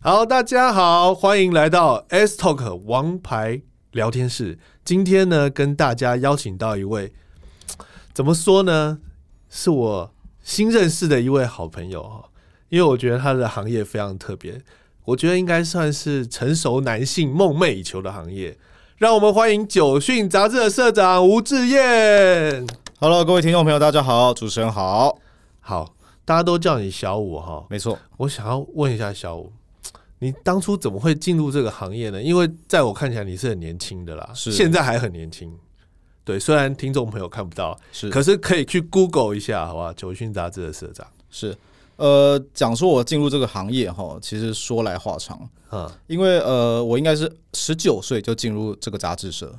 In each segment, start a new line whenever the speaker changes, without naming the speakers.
好，大家好，欢迎来到 S Talk 王牌聊天室。今天呢，跟大家邀请到一位，怎么说呢，是我新认识的一位好朋友哈。因为我觉得他的行业非常特别，我觉得应该算是成熟男性梦寐以求的行业。让我们欢迎《九讯》杂志的社长吴志燕。
Hello，各位听众朋友，大家好，主持人好，
好，大家都叫你小五哈、
没错，
我想要问一下小五，你当初怎么会进入这个行业呢？因为在我看起来你是很年轻的啦，
是
现在还很年轻。对，虽然听众朋友看不到，
是
可是可以去 Google 一下，好吧？九讯杂志的社长，
是，呃，讲说我进入这个行业哈，其实说来话长，
嗯，
因为呃，我应该是十九岁就进入这个杂志社，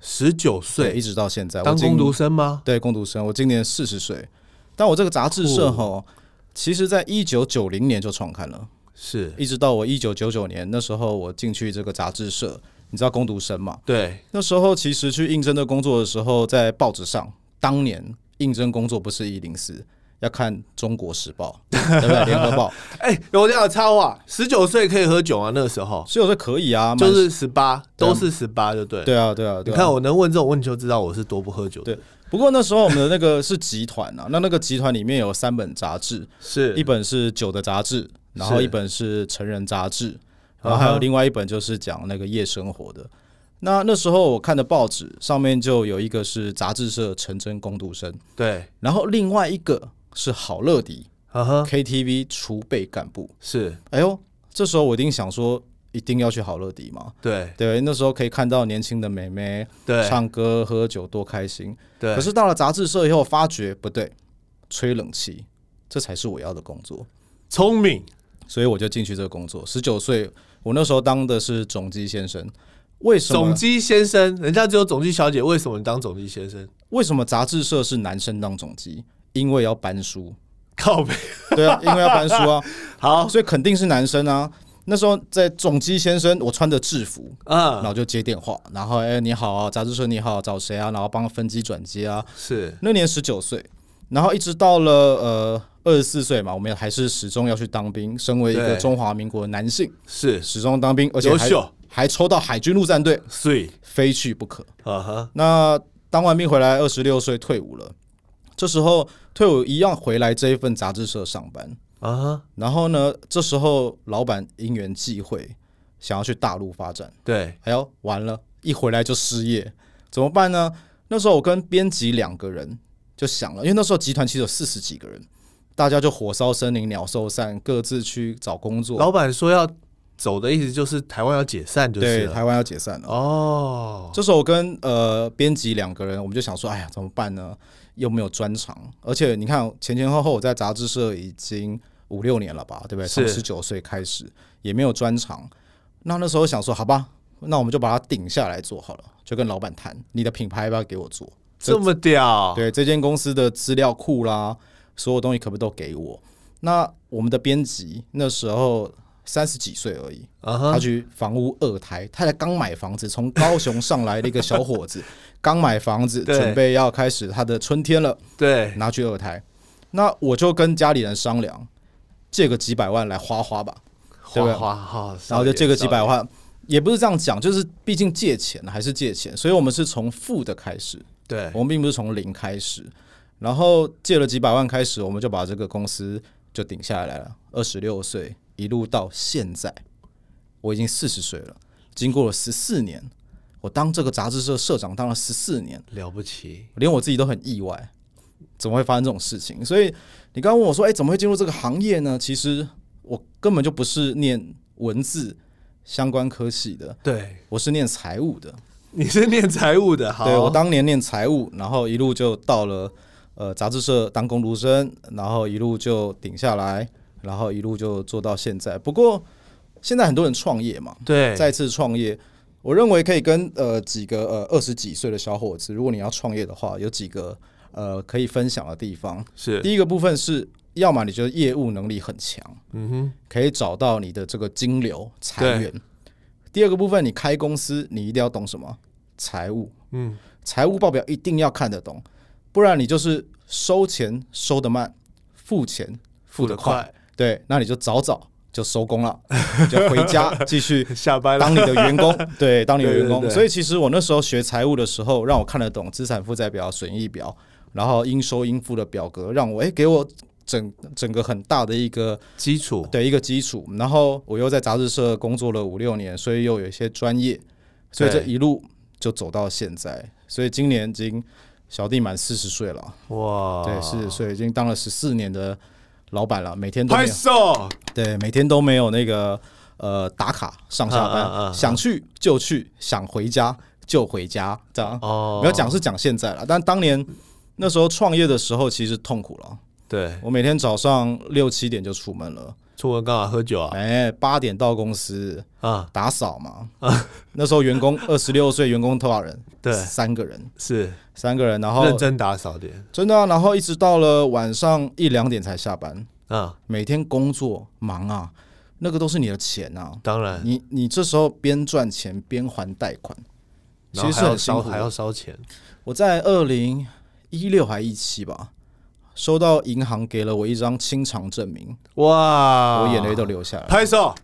十九
对，
岁
一直到现在，我
当
今
工读生吗？
对工读生，我今年四十岁，但我这个杂志社
哦
哈，其实在一九九零年就创刊了，
是，
一直到我一九九九年那时候我进去这个杂志社，你知道工读生嘛？
对，
那时候其实去应征的工作的时候，在报纸上，当年应征工作不是一零四，要看《中国时报》，对不对？《联合 报
哎、有这样的插话，十九岁可以喝酒啊？那时》候
所以我说可以啊，蛮
就是十八，都是十八，就对。
对啊，对啊，
你
对啊。
看，我能问这种问题，就知道我是多不喝酒的。
对不过那时候我们的那个是集团啊，那那个集团里面有三本杂志，
是
一本是酒的杂志，然后
是
一本是成人杂志，然后还
啊哈
有另外一本就是讲那个夜生活的。那那时候我看的报纸上面就有一个是杂志社成真工读生，
对，
然后另外一个是好乐迪，
啊哈，
KTV 储备干部。
是，
哎呦，这时候我一定想说，一定要去好乐迪嘛。
对，
对，那时候可以看到年轻的美眉
对，
唱歌、喝酒，多开心。
对，
可是到了杂志社以后，发觉不对，吹冷气，这才是我要的工作。
聪明，
所以我就进去这个工作。十九岁，我那时候当的是总机先生。为什
总
么？
机先生，人家只有总机小姐，为什么你当总机先生？
为什么杂志社是男生当总机？因为要搬书。
靠背，
对啊，因为要搬书啊，
好
所以肯定是男生啊。那时候在总机先生，我穿着制服，然
啊，
后就接电话，然后哎、你好啊，杂志社你好，找谁啊？然后帮分机转接啊。
是
那年十九岁，然后一直到了呃二十四岁嘛，我们还是始终要去当兵。身为一个
对
中华民国的男性，
是
始终当兵，而且
优
还
秀
还抽到海军陆战队，
，three，
非去不可。
啊哈，
那当完兵回来，二十六岁退伍了，这时候退伍一样回来这一份杂志社上班。
啊哈，
然后呢，这时候老板因缘际会，想要去大陆发展。
对，
哎呦，完了，一回来就失业，怎么办呢？那时候我跟编辑两个人就想了，因为那时候集团其实有四十几个人，大家就火烧森林，鸟兽散，各自去找工作。
老板说要走的意思就是台湾要解散，就是
对，
了
台湾要解散了。
哦，
这时候我跟呃编辑两个人，我们就想说，哎呀，怎么办呢？又没有专长，而且你看前前后后我在杂志社已经五六年了吧，对不对？
是
从十九岁开始也没有专长。那那时候想说，好吧，那我们就把它顶下来做好了，就跟老板谈，你的品牌要不要给我做？
这么屌，
对，这间公司的资料库啦，所有东西可不可以都给我？那我们的编辑那时候三十几岁而已，
啊
他
哈，
去房屋二胎，他才刚买房子，从高雄上来的一个小 伙子，刚买房子，
对
准备要开始他的春天了，
对，
拿去二胎。那我就跟家里人商量，借个几百万来花花吧，
花
对不对
花哈，
然后就借个几百
万，
万，也不是这样讲，就是毕竟借钱还是借钱，所以我们是从负的开始，
对，
我们并不是从零开始。然后借了几百万开始，我们就把这个公司就顶下来了。二十六岁一路到现在，我已经四十岁了，经过了十四年，我当这个杂志社社长当了十四年，
了不起，
连我自己都很意外，怎么会发生这种事情？所以你刚刚问我说，哎，怎么会进入这个行业呢？其实我根本就不是念文字相关科系的，
对，
我是念财务的。
你是念财务的，好，
对我当年念财务，然后一路就到了呃杂志社当工读生，然后一路就顶下来，然后一路就做到现在。不过现在很多人创业嘛，
对，
再次创业，我认为可以跟呃几个呃二十几岁的小伙子，如果你要创业的话，有几个呃可以分享的地方。
是，
第一个部分是，要么你就业务能力很强，
嗯哼，
可以找到你的这个金流财
对
源。第二个部分，你开公司，你一定要懂什么财务。
嗯，
财务报表一定要看得懂，不然你就是收钱收得慢，付钱
付
付
得
得
快，
对，那你就早早就收 工了，就回家继续
下班了
当你的 员工，对，当你的员工。
对对对
所以其实我那时候学财务的时候，让我看得懂资产负债表、损益表，然后应收应付的表格，让我诶给我整整个很大的一个
基础，
对一个基础。然后我又在杂志社工作了五六年，所以又有一些专业，所以这
对
一路就走到现在。所以今年已经小弟满四十岁了，
哇，
对，四十岁已经当了十四年的老板了，每天都没
拍
有
手，
对，每天都没有那个呃打卡上下
啊
班，
啊啊啊
想去就去，想回家就回家，这样。
哦
没有讲是讲现在了，但当年那时候创业的时候其实痛苦了。
对，
我每天早上六七点就出门了，
出门干嘛？喝酒啊？
哎，八点到公司
啊，
打扫嘛。 那时候员工二十六岁，员工多少人？
对
三个人，
是
三个人，然后
认真打扫点
真的啊、然后一直到了晚上一两点才下班，
啊，
每天工作忙啊，那个都是你的钱啊。
当然，
你你这时候边赚钱边还贷款，其
然后
实
还
是
要
很辛
烧
苦
还
的。
要烧钱，
我在二零一六还一七吧，收到银行给了我一张清偿证明，
哇，
我眼泪都流下来了。
拍手，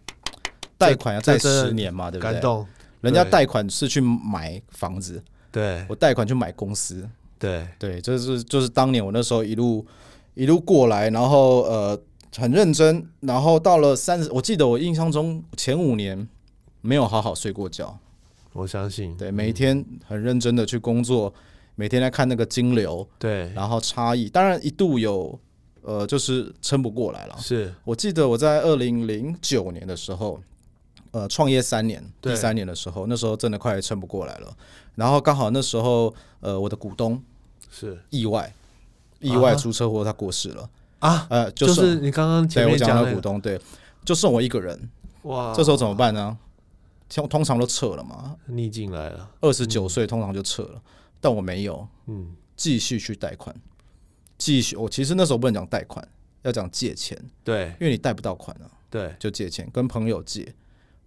贷款要
啊这
贷
这真的
十年嘛，对不
感
对？
动，
人家
对哎
贷款是去买房子，
对
我贷款去买公司。
对，
对，这是就是当年我那时候一路一路过来，然后呃很认真，然后到了三十，我记得我印象中前五年没有好好睡过觉。
我相信，
对，每一天很认真的去工作，每天在看那个金流，
对，
然后差异，当然一度有呃，就是撑不过来了。
是
我记得我在二零零九年的时候，呃，创业三年，
对
第三年的时候，那时候真的快撑不过来了。然后刚好那时候，呃，我的股东
是
意外
啊哈
意外出车祸，他过世了。
啊，
呃，就、
就是是你刚刚前
对我
面
讲
那
的
个，啊
股东，对，就剩我一个人，
哇，
这时候怎么办呢？通通常都撤了嘛，
逆进来了，
二十九岁通常就撤了，但我没有，
嗯，
继续去贷款，继续。我其实那时候不能讲贷款，要讲借钱，
对
因为你贷不到款啊，
对，
就借钱，跟朋友借。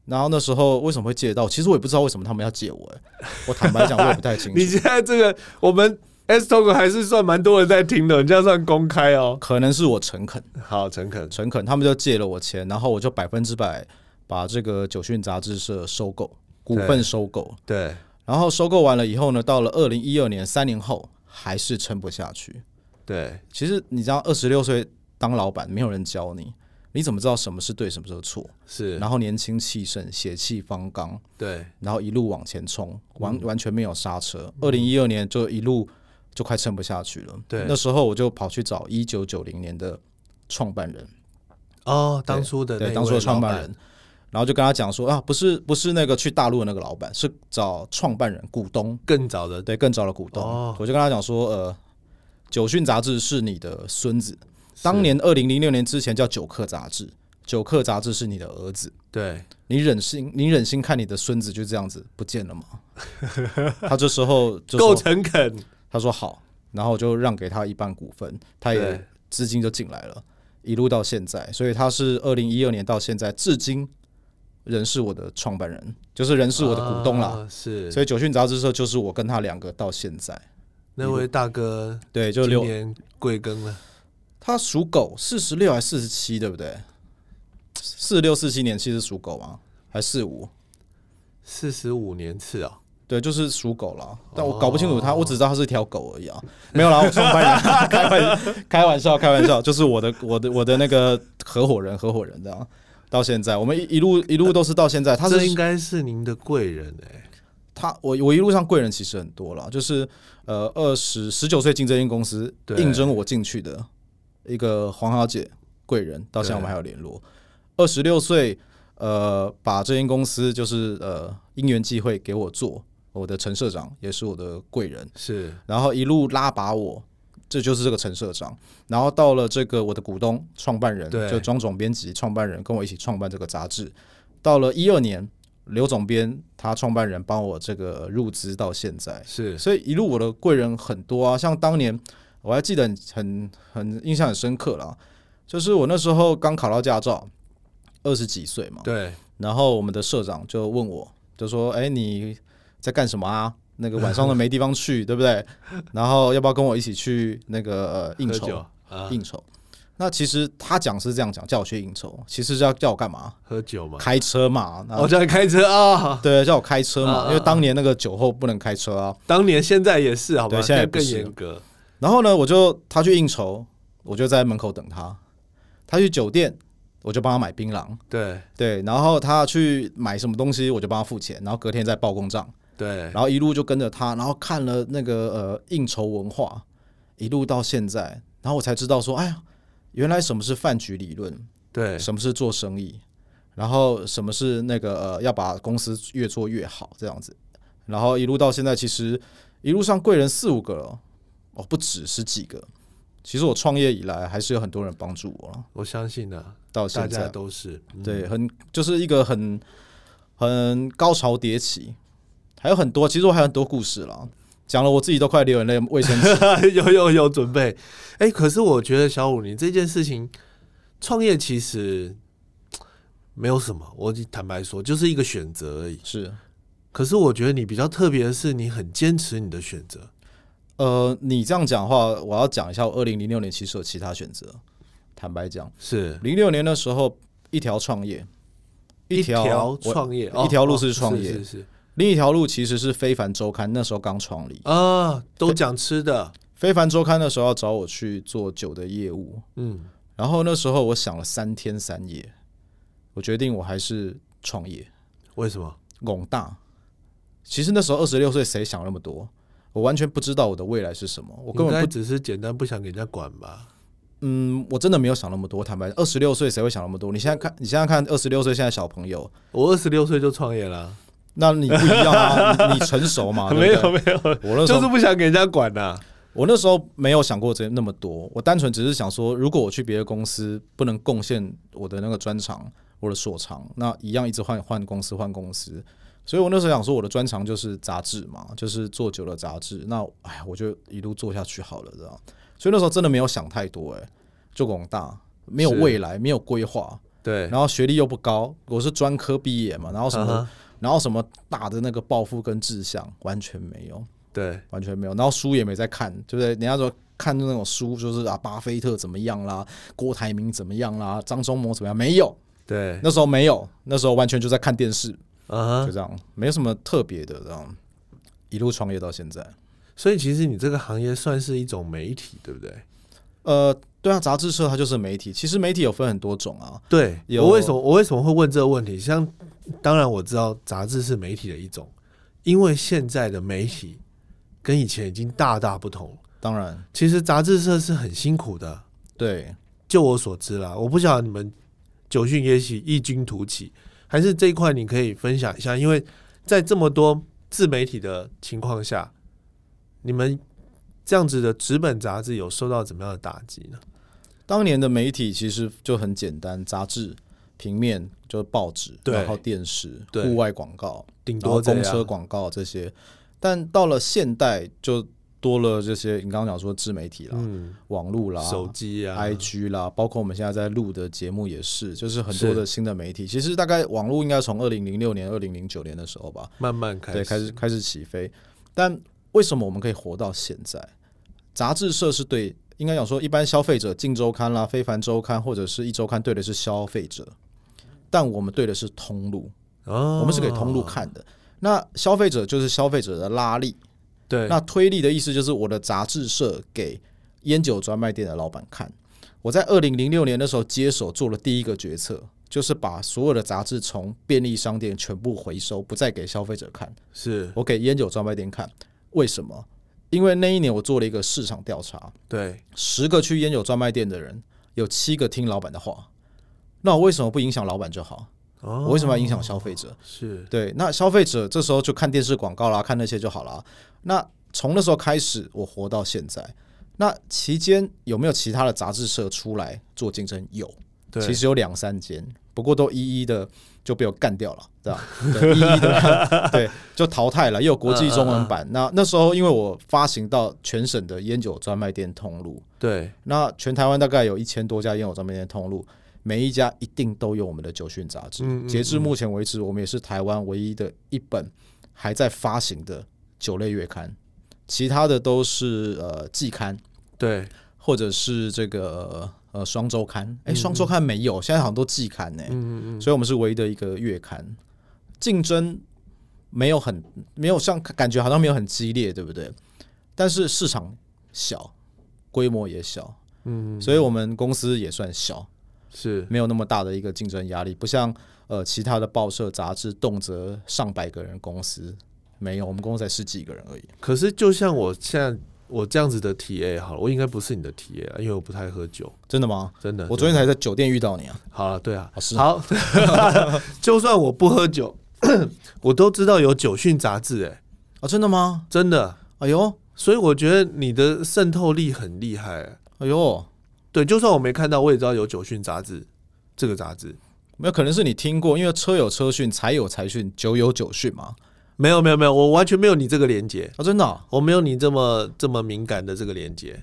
然后那时候为什么会借到？其实我也不知道为什么他们要借我、欸我坦白讲，我也不太清
你
楚。
现在这个我们 S Talk 还是算蛮多人在听的，你这样算公开哦。
可能是我诚恳，
好，诚恳，
诚恳，他们就借了我钱，然后我就百分之百把这个九讯杂志社收购，股份收购。
对，
然后收购完了以后呢，到了二零一二年，三年后还是撑不下去。
对，
其实你知道，二十六岁当老板，没有人教你，你怎么知道什么是对，什么是错？
是，
然后年轻气盛，血气方刚，
对，
然后一路往前冲，完、
嗯
完全没有刹车。二零一二年就一路就快撑不下去了。
对
那时候我就跑去找一九九零年的创办人，
哦，当初的
对，
那
当初
位
的
老
创办人，然后就跟他讲说啊，不是不是那个去大陆的那个老板，是找创办人股东，
更早的，
对，更早的股东。
哦
我就跟他讲说，呃，九讯杂志是你的孙子，当年二零零六年之前叫九克杂志，九克杂志是你的儿子。
对，
你忍心，你忍心看你的孙子就这样子不见 了吗？他这时候就
够
说，
诚恳，
他说好，然后我就让给他一半股份，他
对
也资金就进来了，一路到现在，所以他是二零一二年到现在，至今仍是我的创办人，就是仍是我的股东啦。
啊是，
所以九讯杂志社就是我跟他两个到现在，
那位大哥
对，就
今
留
年贵庚了？
他属狗，四十六还四十七，对不对？四六四七年期是属狗吗？还四五？
四十五年次啊，
对，就是属狗啦，但我搞不清楚他，我只知道他是一条狗而已啊，没有啦，我创办人，啊开玩开玩笑，开玩笑，就是我的我的我的那个合伙人，合伙人这样，到现在我们一一路一路都是到现在，他
这应
是
该是您的贵人哎，
他我我一路上贵人其实很多了，就是呃二十十九岁进这间公司
对
应征我进去的一个黄小姐贵人，到现在我们还有联络，二十六岁呃把这间公司就是呃因缘际会给我做。我的陈社长也是我的贵人，
是
然后一路拉拔我，这就是这个陈社长。然后到了这个我的股东、创办人，
对
就庄总编辑、创办人跟我一起创办这个杂志。到了一二年，刘总编他创办人帮我这个入资到现在，
是，
所以一路我的贵人很多啊。像当年我还记得很很很印象很深刻啦，就是我那时候刚考到驾照，二十几岁嘛，
对，
然后我们的社长就问我，就说：“哎，你在干什么啊？那个晚上都没地 方去，对不对？然后要不要跟我一起去那个、呃、应
喝酒
酬？
啊，
应酬？”那其实他讲是这样讲，叫我去应酬，其实是要叫我干嘛？
喝酒嘛，
开车嘛。那
我叫你开车啊！
对，叫我开车嘛，
哦啊
因为当年那个酒后不能开车啊。
当年现在也是，好吧？
对现在也不
更
是
严格。
然后呢，我就他去应酬，我就在门口等他。他去酒店，我就帮他买槟榔。
对
对，然后他去买什么东西，我就帮他付钱，然后隔天再报公账，
对，
然后一路就跟着他，然后看了那个呃应酬文化，一路到现在，然后我才知道说，哎呀，原来什么是饭局理论，
对
什么是做生意，然后什么是那个呃要把公司越做越好这样子，然后一路到现在，其实一路上贵人四五个了，哦不止十几个，其实我创业以来还是有很多人帮助我了，
我相信啊，
到
大
现在
家都是。嗯
对，很就是一个很很高潮迭起，还有很多，其实我还有很多故事啦，讲了我自己都快流眼泪，卫生纸
有有有准备。哎、可是我觉得小五，你这件事情创业其实嘖没有什么，我坦白说，就是一个选择而已。
是。
可是我觉得你比较特别的是，你很坚持你的选择。
呃，你这样讲的话，我要讲一下，我二零零六年其实有其他选择。坦白讲，
是
零六年那时候一条创业，条
条创业，哦
我一条路是创业
是是是
另一条路其实是非凡周刊，那时候刚创立。
啊，都讲吃的，
非凡周刊那时候要找我去做酒的业务，
嗯，
然后那时候我想了三天三夜，我决定我还是创业。
为什么？
拱大。其实那时候二十六岁，谁想那么多？我完全不知道我的未来是什么，我根
应该
本不，
只是简单不想给人家管吧。
嗯，我真的没有想那么多。坦白，二十六岁谁会想那么多？你现在看，你现在看二十六岁现在小朋友，
我二十六岁就创业了，
那你不一样啊， 你你成熟嘛？
没
对不
有
对？
没有，
我那时
就
候、
是不想给人家管呐、
我那时候没有想过这那么多，我单纯只是想说，如果我去别的公司不能贡献我的那个专长，我的所长，那一样一直换换公司换公司。所以我那时候想说，我的专长就是杂志嘛， 就是做久了杂志。那哎呀，我就一路做下去好了，这样。所以那时候真的没有想太多、哎，就广大没有
是
未来，没有规划，
对，
然后学历又不高，我是专科毕业嘛，然后什么，
啊哈
然后什么大的那个抱负跟志向完全没有。
对，
完全没有，然后书也没在看，对不对？人家说看那种书，就是啊，巴菲特怎么样啦，郭台铭怎么样啦，张忠谋怎么样？没有，
对，
那时候没有，那时候完全就在看电视，
啊
就
哈，
这样，没有什么特别的，这样一路创业到现在。
所以其实你这个行业算是一种媒体，对不对？
呃，对啊，杂志社它就是媒体，其实媒体有分很多种啊，
对，
有
我为什么我为什么会问这个问题？像当然我知道杂志是媒体的一种，因为现在的媒体跟以前已经大大不同了。
当然
其实杂志社是很辛苦的，
对，
就我所知啦，我不晓得你们九讯也许异军突起，还是这一块你可以分享一下，因为在这么多自媒体的情况下，你们这样子的纸本杂志有受到怎么样的打击呢？
当年的媒体其实就很简单，杂志、平面就是报纸，
对
然后电视、
对
户外广告，
顶
然
多
后
这
公车
样，
广告这些。但到了现代，就多了这些，你刚刚讲说自媒体啦、
嗯，
网络啦、
手机啊，
IG 啦，包括我们现在在录的节目也是，就是很
是
多的新的媒体。其实大概网络应该从二零零六年、二零零九年的时候吧，
慢慢开始，
对，开始开始起飞。但为什么我们可以活到现在？杂志社是对，应该讲说，一般消费者《镜周刊》啦、《非凡周刊》或者是一周刊对的是消费者，但我们对的是通路。
哦，
我们是给通路，看的。那消费者就是消费者的拉力，
对，
那推力的意思就是我的杂志社给烟酒专卖店的老板看。我在二零零六年的时候接手做了第一个决策，就是把所有的杂志从便利商店全部回收，不再给消费者看，
是
我给烟酒专卖店看。为什么？因为那一年我做了一个市场调查，
对，
十个去烟酒专卖店的人，有七个听老板的话。那我为什么不影响老板就好？
哦，
我为什么要影响消费者？
是
对，那消费者这时候就看电视广告啦，看那些就好啦。那从那时候开始，我活到现在。那期间有没有其他的杂志社出来做竞争？有，
对，
其实有两三间，不过都一一的就被我干掉了，对吧？对，一一的 对就淘汰了。也有国际中文版。那那时候因为我发行到全省的烟酒专卖店通路，
对，
那全台湾大概有一千多家烟酒专卖店通路，每一家一定都有我们的酒讯杂志。
嗯嗯
截至目前为止，我们也是台湾唯一的一本还在发行的酒类月刊，其他的都是呃季刊
对，
或者是这个呃双周刊，哎，双周刊没有，现在好像都季刊呢、
嗯嗯嗯嗯，
所以我们是唯一的一个月刊，竞争没有很没有像感觉好像没有很激烈，对不对？但是市场小，规模也小，
嗯，
所以我们公司也算小，
是
没有那么大的一个竞争压力，不像呃其他的报社杂志动辄上百个人公司。没有，我们公司才十几个人而已。
可是就像我现在我这样子的 TA 好了，我应该不是你的 TA，啊因为我不太喝酒，
真的吗？
真的。
我昨天才在酒店遇到你啊！
好了，对啊，
哦是
好， 就算我不喝酒， 我都知道有酒讯杂志，哎，
啊，真的吗？
真的。
哎呦，
所以我觉得你的渗透力很厉害、哎
哎呦，
对，就算我没看到，我也知道有酒讯杂志这个杂志。
没有，可能是你听过，因为车有车讯，财有财讯，酒有酒讯嘛。
没有没有没有，我完全没有你这个连接，
啊，真的啊、
我没有你这么这么敏感的这个连接，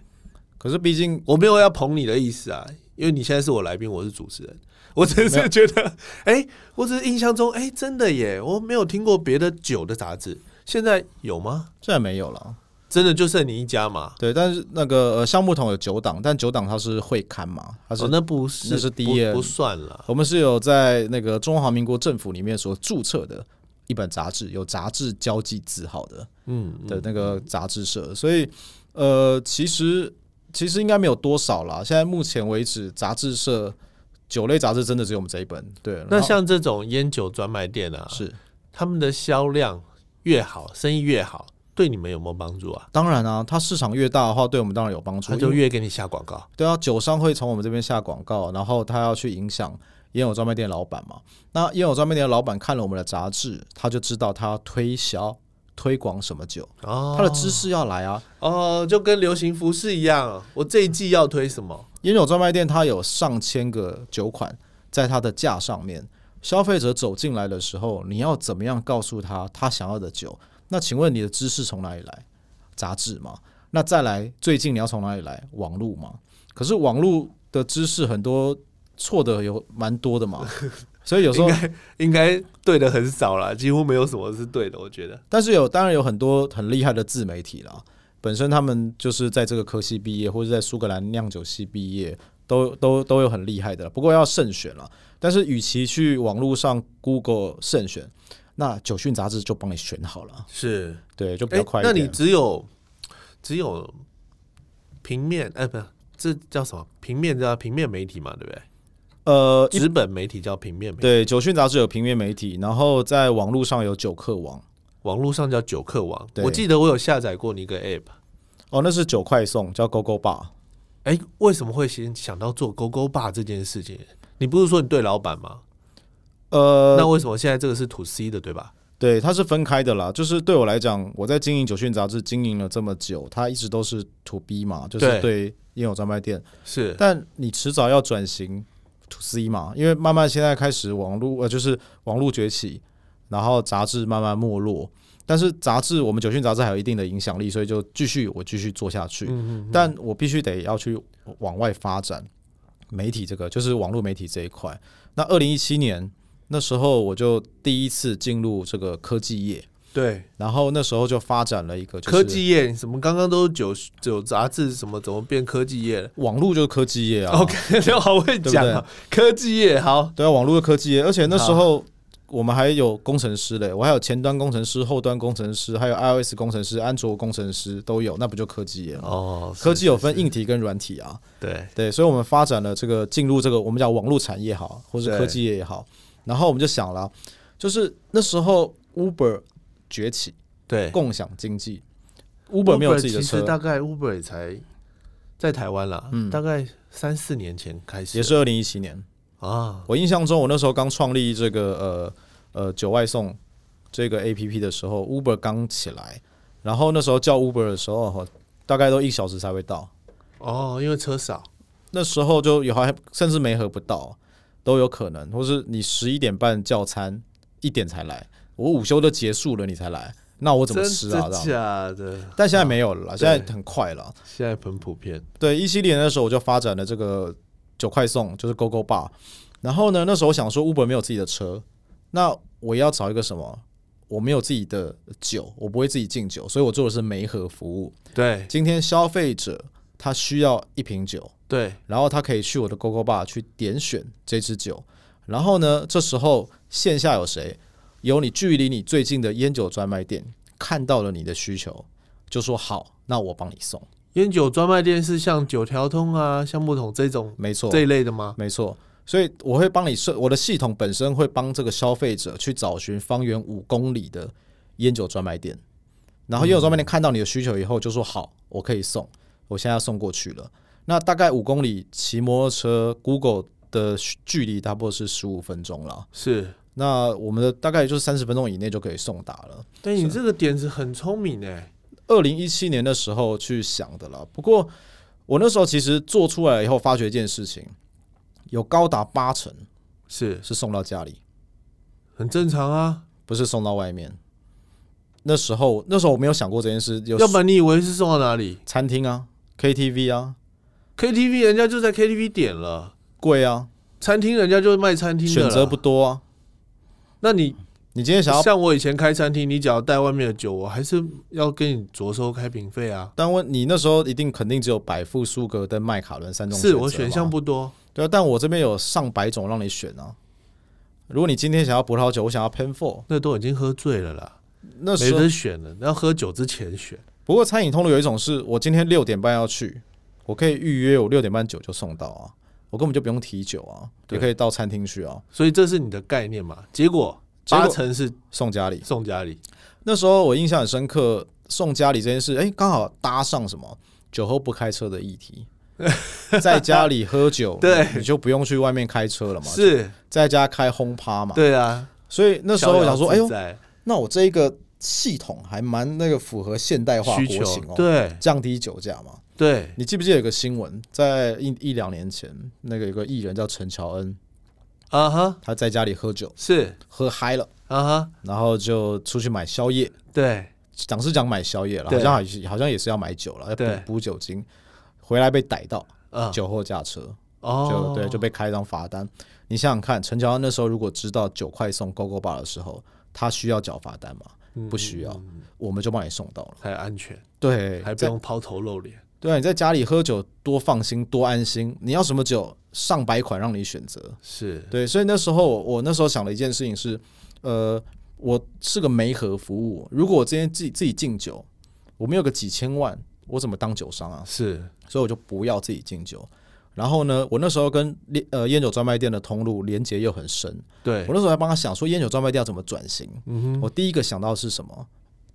可是毕竟
我没有要捧你的意思啊，因为你现在是我来宾，我是主持人，我只
没
是觉得，哎、我只是印象中，哎、真的耶，我没有听过别的酒的杂志，现在有吗？
现在没有了。
真的就剩你一家嘛？
对，但是那个呃，橡木桶有九档，但九档它是会刊嘛，它是、
哦，那不是，
那是第
不
一页
不算了。
我们是有在那个中华民国政府里面所注册的一本杂志，有杂志交际字号的
嗯，
的那个杂志社，所以呃，其实其实应该没有多少啦。现在目前为止，杂志社酒类杂志真的只有我们这一本。对，
那
然后
像这种烟酒专卖店啊，
是
他们的销量越好，生意越好，对你们有没有帮助啊？
当然啊，它市场越大的话，对我们当然有帮助
他。就
因为
越给你下广告。
对啊，酒商会从我们这边下广告，然后他要去影响烟酒专卖店老板嘛。那烟酒专卖店的老板看了我们的杂志，他就知道他要推销推广什么酒，
哦，
他的知识要来啊。
哦，就跟流行服饰一样，我这一季要推什么？
烟酒专卖店它有上千个酒款在它的架上面，消费者走进来的时候，你要怎么样告诉他他想要的酒？那请问你的知识从哪里来？杂志嘛？那再来，最近你要从哪里来？网络嘛？可是网络的知识很多错的有蛮多的嘛，所以有时候
应该应该对的很少啦，几乎没有什么是对的，我觉得。
但是有当然有很多很厉害的自媒体啦，本身他们就是在这个科系毕业，或者在苏格兰酿酒系毕业，都都都有很厉害的啦。不过要慎选了。但是与其去网络上 Google 慎选，那酒讯杂志就帮你选好了，
是，
对，就比
哎、
较快一
那
点。
你只有只有平面，哎、不是，这叫什么？平面叫平面媒体嘛，对不对？
呃，一
纸本媒体叫平面媒体，
对酒讯杂志有平面媒体，然后在网络上有酒客网，
网络上叫九客网。
对
我记得我有下载过你一个 app。
哦，那是酒快送，叫 GoGo Bar。
哎、为什么会先想到做勾勾爸这件事情？你不是说你对老板吗？
呃，
那为什么现在这个是 to C 的，对吧？
对，它是分开的啦。就是对我来讲，我在经营九讯杂志经营了这么久，它一直都是 to B 嘛，就是
对
对烟酒专卖店。
是，
但你迟早要转型 to C 嘛，因为慢慢现在开始网络呃，就是网络崛起，然后杂志慢慢没落。但是杂志，我们九讯杂志还有一定的影响力，所以就继续我继续做下去。
嗯嗯，
但我必须得要去往外发展媒体这个，就是网络媒体这一块。那二零一七年那时候，我就第一次进入这个科技业，
对，
然后那时候就发展了一个、就是、
科技业，什么刚刚都是九九杂志，什么怎么变科技业了、
网络就是科技业啊。
o k 就好会讲啊，科技业好，
对啊，网络的科技业，而且那时候我们还有工程师嘞，我还有前端工程师、后端工程师，还有 iOS 工程师、安卓工程师都有，那不就科技业吗？
哦，
科技有分硬体跟软体啊，
对，
对，所以我们发展了这个进入这个我们讲网络产业好，或是
对
科技业也好，然后我们就想了，就是那时候 Uber 崛起，
对
共享经济，Uber 没有自己的
其
车嗯
实，大概 Uber 也才在台湾啦，大概三四年前开始，
也是二零一七年，
啊，
我印象中，我那时候刚创立这个呃呃酒外送这个 A P P 的时候，Uber 刚起来，然后那时候叫 Uber 的时候，吼大概都一小时才会到。
哦，因为车少，
那时候就有还甚至没合不到都有可能，或是你十一点半叫餐，一点才来，我午休都结束了你才来，那我怎么
真
吃啊？
真
这样
假的，
但现在没有了啦，
对
现在很快了。
现在很普遍，
对，一七年的时候我就发展了这个九快送，就是 GoGo Bar。然后呢，那时候我想说 Uber 没有自己的车，那我要找一个什么？我没有自己的酒，我不会自己敬酒，所以我做的是媒合服务。
对，
今天消费者他需要一瓶酒，
对，
然后他可以去我的 GoGo Bar 去点选这支酒。然后呢，这时候线下有谁？有你距离你最近的烟酒专卖店看到了你的需求，就说好，那我帮你送。
烟酒专卖店是像九条通啊、橡木桶这种
没错，
这一类的吗？
没错，所以我会帮你设，我的系统本身会帮这个消费者去找寻方圆五公里的烟酒专卖店，然后烟酒专卖店看到你的需求以后，就说好，我可以送，我现在要送过去了。那大概五公里骑摩托车，Google 的距离差不多是十五分钟了。
是，
那我们的大概就是三十分钟以内就可以送达了。
对你这个点子很聪明哎、
二零一七年的时候去想的了。不过我那时候其实做出来以后，发觉一件事情，有高达八成
是
是送到家里，
很正常啊。
不是送到外面。那时候那时候我没有想过这件事，有
要不然你以为是送到哪里
餐厅啊、KTV 啊、
？KTV 人家就在 KTV 点了，
贵啊，
餐厅人家就卖餐厅的
选
啦
择不。多啊。
那你
你今天想要，
像我以前开餐厅，你只要带外面的酒，我还是要跟你着收开瓶费啊。
但问你那时候一定肯定只有百富、苏格跟麦卡伦三种
是
择
我选项
嘛
不多，
对啊，但我这边有上百种让你选啊。如果你今天想要葡萄酒，我想要 Penfold，
那都已经喝醉了啦，
那
没
时候
得选了。要喝酒之前选，
不过餐饮通路有一种是我今天六点半要去，我可以预约，我六点半酒就送到啊，我根本就不用提酒啊，
对
也可以到餐厅去啊，
所以这是你的概念嘛？结果
结果
八成是
送家里。
送家里，
那时候我印象很深刻，送家里这件事，哎、刚好搭上什么酒后不开车的议题， 在家里喝酒，
对
你就不用去外面开车了嘛，
是
在家开轰趴嘛。
对啊。
所以那时候我想说，哎
逍遥
呦
自，在
那我这一个系统还蛮那个符合现代化
需
国情
求，
哦、
对
降低酒价嘛。
对，
你记不记得有个新闻，在一一两年前，那个有个艺人叫陈乔恩，
啊哈，
他在家里喝酒，
是
喝嗨了，
啊哈，
然后就出去买宵夜，
对
讲是讲买宵夜了，
对
好像还是好像也是要买酒了，要补
对
补酒精，回来被逮到
啊，
酒后驾车，
哦
就，对就被开一张罚单。你想想看，陈乔恩那时候如果知道酒快送 GoGo Bar 的时候，他需要缴罚单吗？
嗯
不需要
嗯
我们就帮你送到了。
还安全，
对，
还不
在
用抛头露脸，
对啊，你在家里喝酒多放心多安心，你要什么酒，上百款让你选择。
是
对，所以那时候我我那时候想的一件事情是，呃，我是个媒合服务，如果我今天自己自己敬酒，我没有个几千万，我怎么当酒商啊？
是，
所以我就不要自己敬酒。然后呢，我那时候跟连呃烟酒专卖店的通路连接又很深，
对
我，那时候还帮他想说烟酒专卖店要怎么转型。
嗯
我第一个想到的是什么？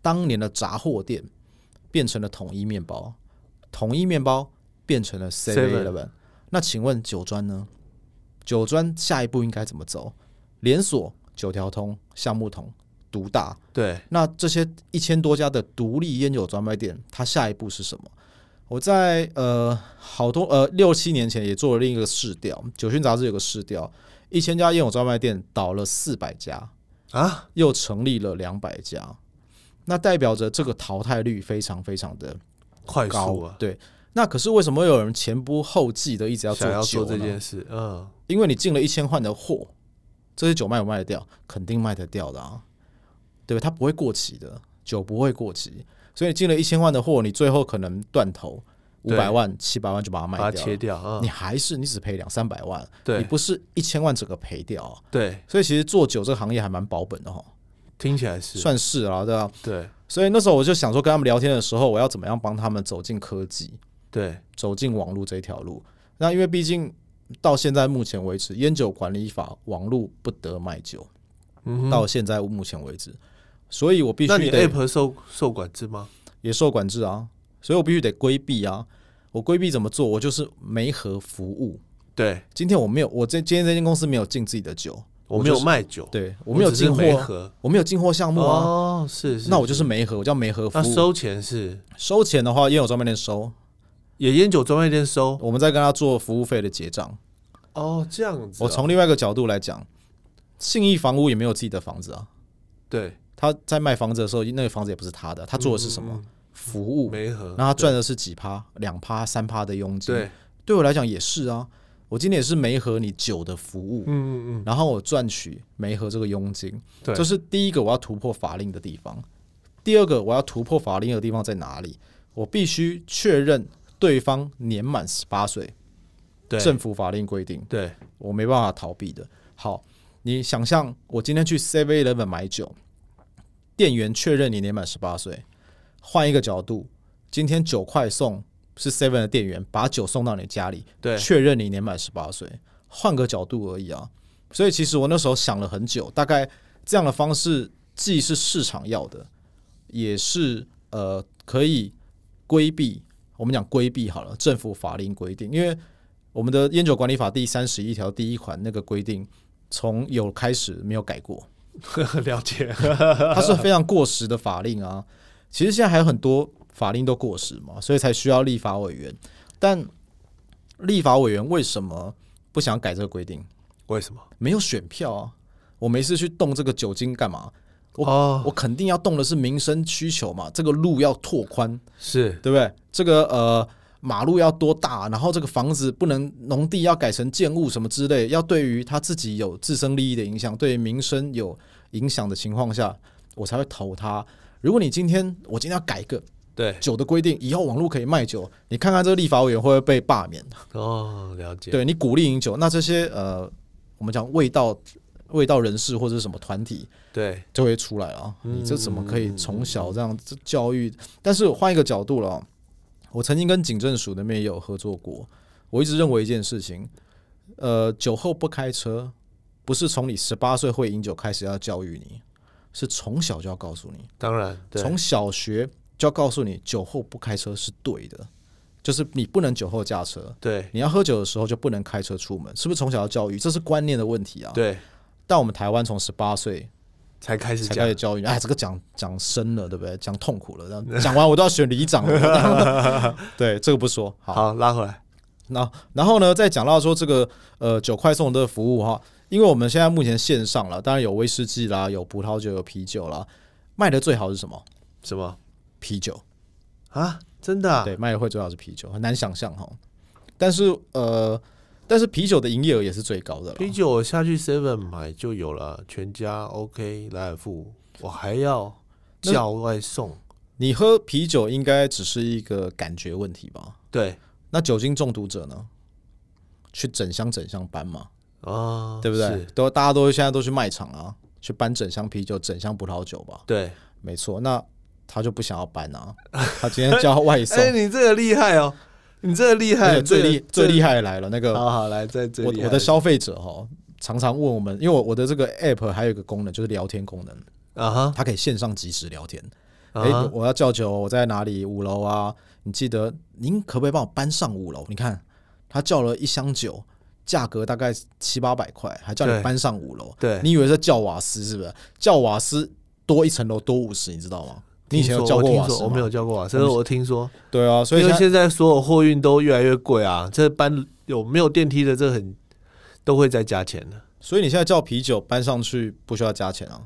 当年的杂货店变成了统一面包，统一面包变成了 Seven
Seven
Eleven。那请问酒庄呢？酒庄下一步应该怎么走？连锁九条通、橡木桶、独大，
哼，对，
那这些一千多家的独立烟酒专卖店，它下一步是什么？我在呃好多呃六七年前也做了另一个试调，酒讯杂志有个试调，一千家烟酒专卖店倒了四百家，
啊，
又成立了两百家，那代表着这个淘汰率非常非常的
快
高。
速啊，
对，那可是为什么有人前仆后继的一直要做
想要
酒
做这
呢
件事，嗯，
因为你进了一千换的货，这些酒卖不卖得掉？肯定卖得掉的啊，对吧？它不会过期的，酒不会过期，所以你进了一千万的货，你最后可能断头五
对
百万、七百万就把它卖
把它
掉
切
了，
掉啊
你，还是你只赔两三百万，你
对
不是一千万整个赔掉啊、
对，
所以其实做酒这个行业还蛮保本的哈，哦
听起来是，
算是啊，对吧、
对
所以那时候我就想说，跟他们聊天的时候，我要怎么样帮他们走进科技，
对
走进网络这条路。那因为毕竟到现在目前为止，烟酒管理法网络不得卖酒，
嗯哼，
到现在目前为止，所以我必
那你哎
须得
App 受受管制吗？
也受管制啊，所以我必须得规避啊。我规避怎么做？我就是媒合服务。
对
今天我没有，我这今天这间公司没有进自己的酒，
我
我
没有
就是
卖酒，
对我
我
没有
只是
进
媒
货，啊
合，
我没有进货项目啊。
哦，是是，
那我就是媒合，我叫媒合服
那
务。
收钱是
收钱的话，烟酒专卖店收，
也烟酒专卖店收，
我们再跟他做服务费的结账。
哦，这样子啊，
我从另外一个角度来讲，信义房屋也没有自己的房子啊。
对
他在卖房子的时候，那个房子也不是他的，他做的是什么、
嗯
服务？
媒合，
那他赚的是几趴？两趴、三趴的佣
嗯
金。
对，
对我来讲也是啊。我今天也是媒合你酒的服务，
嗯嗯嗯，
然后我赚取媒合这个佣金，
对
这是第一个我要突破法令的地方。第二个我要突破法令的地方在哪里？我必须确认对方年满十八岁，
对
政府法令规定，
对
我没办法逃避的。好，你想象我今天去 Seven Eleven 买酒，店员确认你年满十八岁。换一个角度，今天酒快送是 Seven 的店员把酒送到你家里，
对
确认你年满十八岁。换个角度而已啊。所以其实我那时候想了很久，大概这样的方式既是市场要的，也是呃可以规避。我们讲规避好了，政府法令规定，因为我们的烟酒管理法第三十一条第一款那个规定，从有开始没有改过，
了解，
它是非常过时的法令啊。其实现在还有很多法令都过时嘛，所以才需要立法委员。但立法委员为什么不想改这个规定？
为什么？
没有选票啊！我没事去动这个酒精干嘛？我
哦，
我肯定要动的是民生需求嘛，这个路要拓宽，
是
对不对？这个呃马路要多大，然后这个房子不能农地要改成建物什么之类，要对于他自己有自身利益的影响，对于民生有影响的情况下，我才会投他。如果你今天我今天要改一个
对
酒的规定，以后网络可以卖酒，你看看这个立法委员会不会被罢免？
哦，了解，
对你鼓励饮酒，那这些呃，我们讲味道味道人士或者是什么团体
对
就会出来了啊。
嗯
你这怎么可以从小这样这教育？但是换一个角度了啊，我曾经跟警政署那边也有合作过，我一直认为一件事情，呃，酒后不开车，不是从你十八岁会饮酒开始要教育你，是从小就要告诉你。
当然对
从小学就要告诉你，酒后不开车是对的，就是你不能酒后驾车。
对
你要喝酒的时候就不能开车出门，是不是从小要教育？这是观念的问题啊。
对，
但我们台湾从十八岁
才开始
才开
讲
始教育，哎，这个讲讲深了，对不对？讲痛苦了，这样讲完我都要选里长 了。 对，这个不说好。
好拉回来，
那然后呢，再讲到说这个呃酒快送的服务哈，因为我们现在目前线上了，当然有威士忌啦，有葡萄酒，有啤酒啦，卖的最好是什么？
什么
啤酒。
啊？真的啊
对，卖的会最好是啤酒，很难想象哈。但是呃，但是啤酒的营业额也是最高的了。
啤酒我下去 Seven 买就有了，全家 OK，莱尔富，我还要
那
叫外送，
你喝啤酒应该只是一个感觉问题吧？
对
那酒精中毒者呢？去整箱整箱搬嘛，
啊，
对不对
是？？
都大家都现在都去卖场啊，去搬整箱啤酒、整箱葡萄酒吧。
对，
没错，那他就不想要搬啊，他今天叫外 送。
哎，你这个厉害哦，你这个厉
而
害，
且最厉最厉害的来了，那
害
个
好好来，再最
我
厉害
我的消费者哈，常常问我们，因为我我的这个 app 还有一个功能就是聊天功能，
啊哈，
它可以线上即时聊天。哎、
啊哈
我要叫酒，我在哪里？五楼啊，你记得您可不可以帮我搬上五楼？你看他叫了一箱酒，价格大概七八百块，还叫
对
你搬上五楼。
对
你以为是叫瓦斯是不是？叫瓦斯多一层楼多五十，你知道吗？你以前有
听
叫
说我
过
听
瓦
说
斯
我没
吗？
有叫过瓦斯，但是我听说，
对啊，所以
因为
现在
现在所有货运都越来越贵啊，这搬有没有电梯的，这很都会再加钱 的。
所以你现在叫啤酒搬上去不需要加钱啊。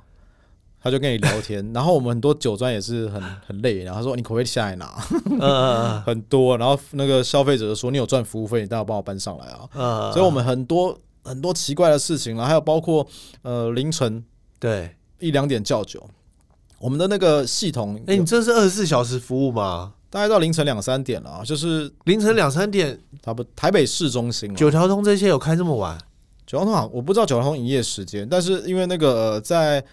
他就跟你聊天，然后我们很多酒庄也是很很累，然后他说你可不可以下来拿？
嗯嗯
很多，然后那个消费者就说你有赚服务费，你当然帮我搬上来啊。
嗯嗯，
所以我们很多很多奇怪的事情，然后还有包括呃凌晨
对，
一两点叫酒，我们的那个系统
哎，
有
你这是二十四小时服务吗？
大概到凌晨两三点了啊，就是
凌晨两三点，
差不多台北市中心啊
九条通这些有开这么晚？
九龙通好，我不知道九龙通营业时间，但是因为那个、呃在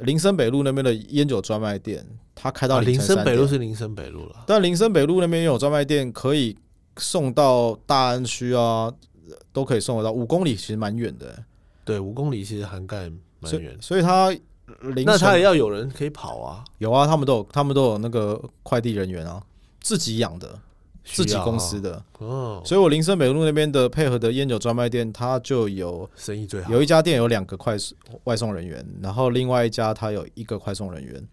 林森北路那边的烟酒专卖店，它开到
啊，林
晨
森
三
北路
点，
是林森北路了。
但林森北路那边也有专卖店可以送到大安区啊，呃都可以送得到，五公里其实蛮远的、
对，五公里其实涵盖蛮
所以
远的，
所以它凌晨
那他也要有人可以跑啊，
有啊，他们都有，他们都有那个快递人员啊，自己养的，自己
需要啊
公司的。
哦，
所以我林森北路那边的配合的烟酒专卖店，它就有
生意最好。
有一家店有两个快速外送人员，然后另外一家它有一个快送人员，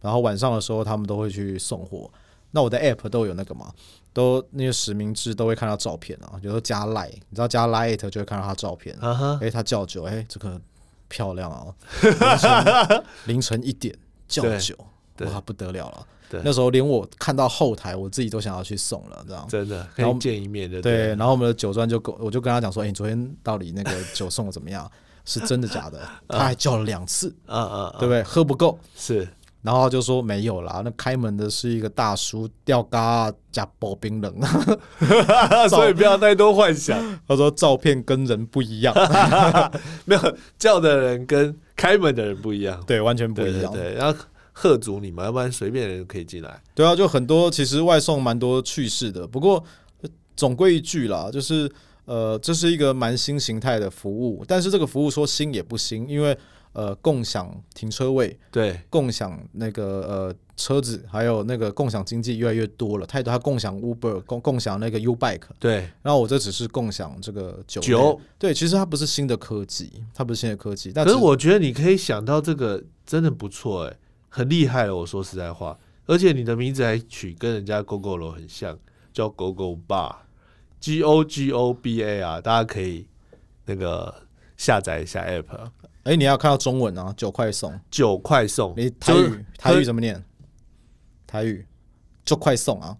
然后晚上的时候他们都会去送货。那我的 app 都有那个嘛，都那些实名制都会看到照片啊，有时候加 line，你知道加 line 就会看到他照片。
啊哈，
哎、他叫酒，哎、这个漂 亮哦，凌晨凌晨一点叫
对
酒，
对
哇，不得了了
对。
那时候连我看到后台，我自己都想要去送了，这样。
真的可
然后
以见一面的。
对，，然后我们的酒庄就跟我就跟他讲说，哎、你昨天到底那个 酒 送的怎么样？是真的假的？他还叫了两次，
啊啊，
对不对？喝不够，
是
然后他就说没有啦，那开门的是一个大叔，吊嘎加薄冰冷。
所以不要太多幻想。
他说照片跟人不一样，
没有叫的人跟开门的人不一样，
对，完全不
对
一
对
样。
对，然后喝足你们，要不然随便人可以进来。
对啊，就很多其实外送蛮多趣事的，不过呃总归一句啦，就是呃，这是一个蛮新形态的服务，但是这个服务说新也不新，因为呃，共享停车位、
对，
共享那个呃车子，还有那个共享经济越来越多了，太多，它共享 Uber、共共享那个 U Bike，
对，
然后我这只是共享这个酒类
酒，
对，其实它不是新的科技，它不是新的科技，但
可是
只
我觉得你可以想到这个真的不错哎、很厉害了。我说实在话，而且你的名字还取跟人家 GoGo 楼很像，叫 GoGo Bar，G O G O B A R，大家可以那个下载一下 App，
哎，你要看到中文啊，九块送。
九快送，
你台
就是
语台语怎么念？台语就快 送啊！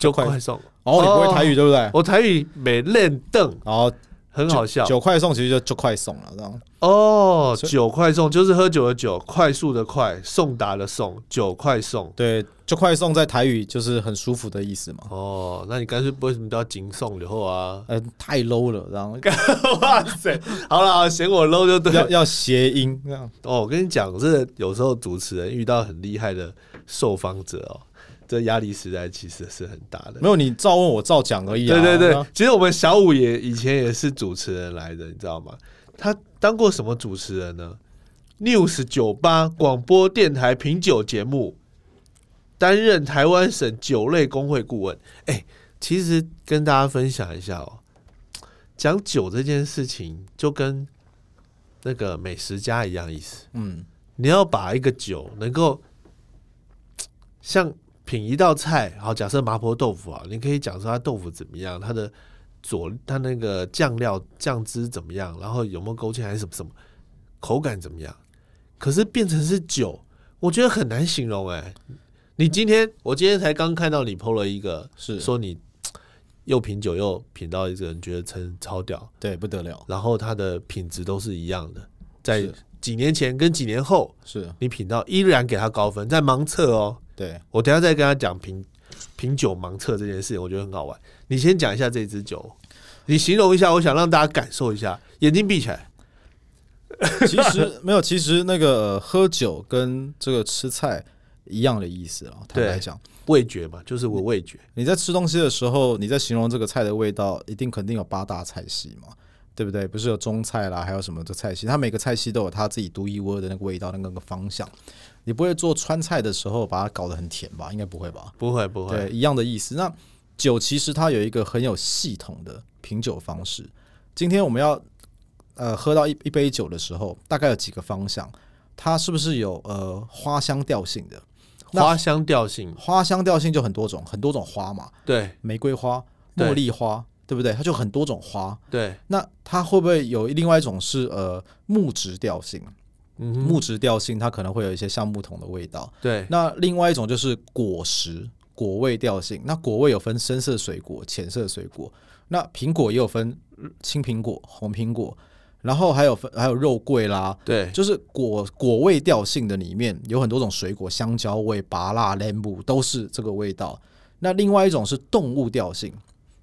九
快
快送，
哦，你不会台语对不对？
我台语没练凳，
然后
很好笑
九块送其实就就快送了，这样
哦。
所以
酒快送就是喝酒的酒，快速的快，送达的送，酒快送。
对，就快送在台语就是很舒服的意思嘛。
哦，那你干脆不为什么叫紧送以后 啊？
呃，太 low 了，然后
哇塞，好了，嫌我 low 就对
要
了。
要谐音这样。
哦，我跟你讲，这有时候主持人遇到很厉害的受访者哦，这压力实在其实是很大的。
没有你照问我照讲而已、啊。
对对
这
对
样，，
其实我们小五也以前也是主持人来的，你知道吗？他当过什么主持人呢？News 酒吧广播电台品酒节目，担任台湾省酒类工会顾问。哎、其实跟大家分享一下哦，讲酒这件事情就跟那个美食家一样意思。
嗯，
你要把一个酒能够像品一道菜，好，假设麻婆豆腐啊，你可以讲说它豆腐怎么样，它的佐它那个酱料酱汁怎么样，然后有没有勾芡还是什么什么，口感怎么样。可是变成是酒，我觉得很难形容哎、你今天我今天才刚看到你 PO 了一个，
是
说你又品酒又品到一个人觉得真超屌，
对，不得了，
然后它的品质都是一样的，在
是
几年前跟几年后。
是，
你品到依然给他高分，在盲测哦。
对，
我等一下再跟他讲品品酒盲测这件事情，我觉得很好玩。你先讲一下这支酒，你形容一下，我想让大家感受一下。眼睛闭起来，
其实 没有，其实那个、呃喝酒跟这个吃菜一样的意思啊。坦白
对
讲，
味觉嘛，就是我味觉。
你在吃东西的时候，你在形容这个菜的味道，一定肯定有八大菜系嘛，对不对？不是有中菜啦，还有什么这菜系，它每个菜系都有它自己独一无二的那个味道，那个那个方向。你不会做川菜的时候把它搞得很甜吧？应该不会吧？
不会不
对，
会，
一样的意思。那酒其实它有一个很有系统的品酒方式。今天我们要呃喝到一一杯酒的时候，大概有几个方向，它是不是有呃花香调性的？那
花香调性，
花香调性就很多种，很多种花嘛。
对
玫瑰花、
对
茉莉花，对不对？它就很多种花。
对，
那它会不会有另外一种是呃木质调性？
嗯哼，
木质调性它可能会有一些橡木桶的味道。
对
那另外一种就是果实果味调性，那果味有分深色水果、浅色水果，那苹果也有分青苹果、红苹果，然后还有分还有肉桂啦，
对
就是果果味调性的里面有很多种水果，香蕉味、芭辣、莲雾都是这个味道。那另外一种是动物调性，